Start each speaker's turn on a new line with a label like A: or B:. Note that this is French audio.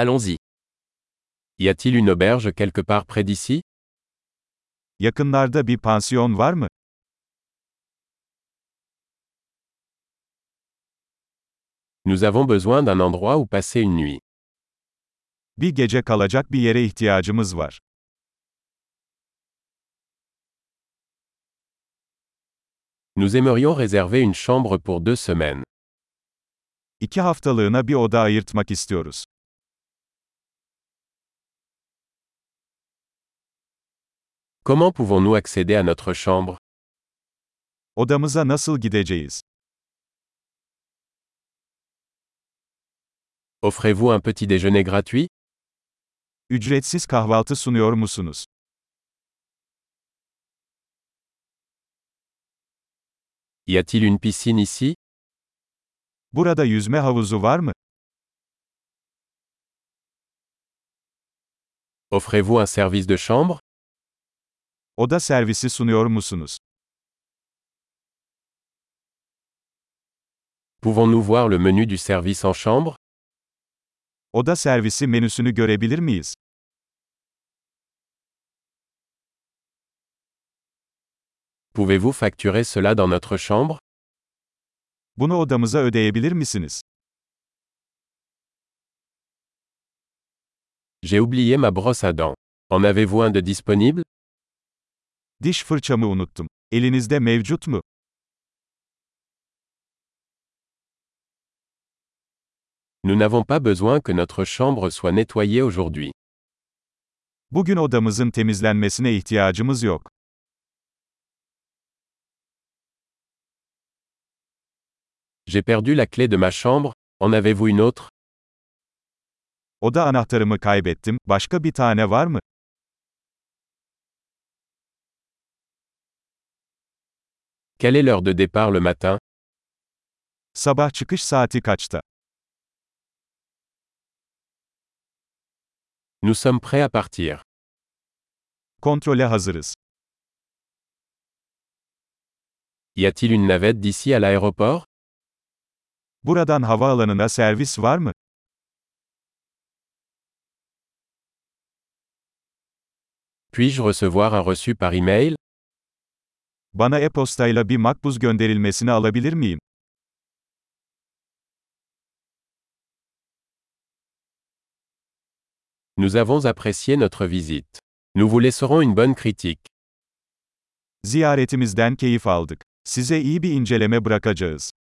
A: Allons-y. Y a-t-il une auberge quelque part près d'ici
B: Yakınlarda bir pansiyon var mı?
A: Nous avons besoin d'un endroit où passer une nuit.
B: Bir gece kalacak bir yere ihtiyacımız var.
A: Nous aimerions réserver une chambre pour deux semaines.
B: İki haftalığına bir oda ayırtmak istiyoruz.
A: Comment pouvons-nous accéder à notre chambre
B: Odamıza nasıl gideceğiz?
A: Offrez-vous un petit déjeuner gratuit
B: Ücretsiz kahvaltı sunuyor musunuz?
A: Y a-t-il une piscine ici
B: Burada yüzme havuzu var mı?
A: Offrez-vous un service de chambre
B: Oda servisi sunuyor musunuz?
A: Pouvons-nous voir le menu du service en chambre
B: Oda servisi menüsünü görebilir miyiz?
A: Pouvez-vous facturer cela dans notre chambre
B: Bunu odamıza ödeyebilir misiniz?
A: J'ai oublié ma brosse à dents. En avez-vous un de disponible
B: Diş fırçamı unuttum. Elinizde mevcut mu?
A: Nous n'avons pas besoin que notre chambre soit nettoyée aujourd'hui.
B: Bugün odamızın temizlenmesine ihtiyacımız yok.
A: J'ai perdu la clé de ma chambre, en avez-vous une autre
B: Oda anahtarımı kaybettim. Başka bir tane var mı?
A: Quelle est l'heure de départ le matin
B: Sabah çıkış saati kaçta?
A: Nous sommes prêts à partir.
B: Kontrole hazırız.
A: Y a-t-il une navette d'ici à l'aéroport
B: Buradan havaalanına servis var mı?
A: Puis-je recevoir un reçu par email
B: Bana e-postayla bir makbuz gönderilmesini alabilir miyim?
A: Nous avons apprécié notre visite. Nous vous laisserons une bonne critique.
B: Ziyaretimizden keyif aldık. Size iyi bir inceleme bırakacağız.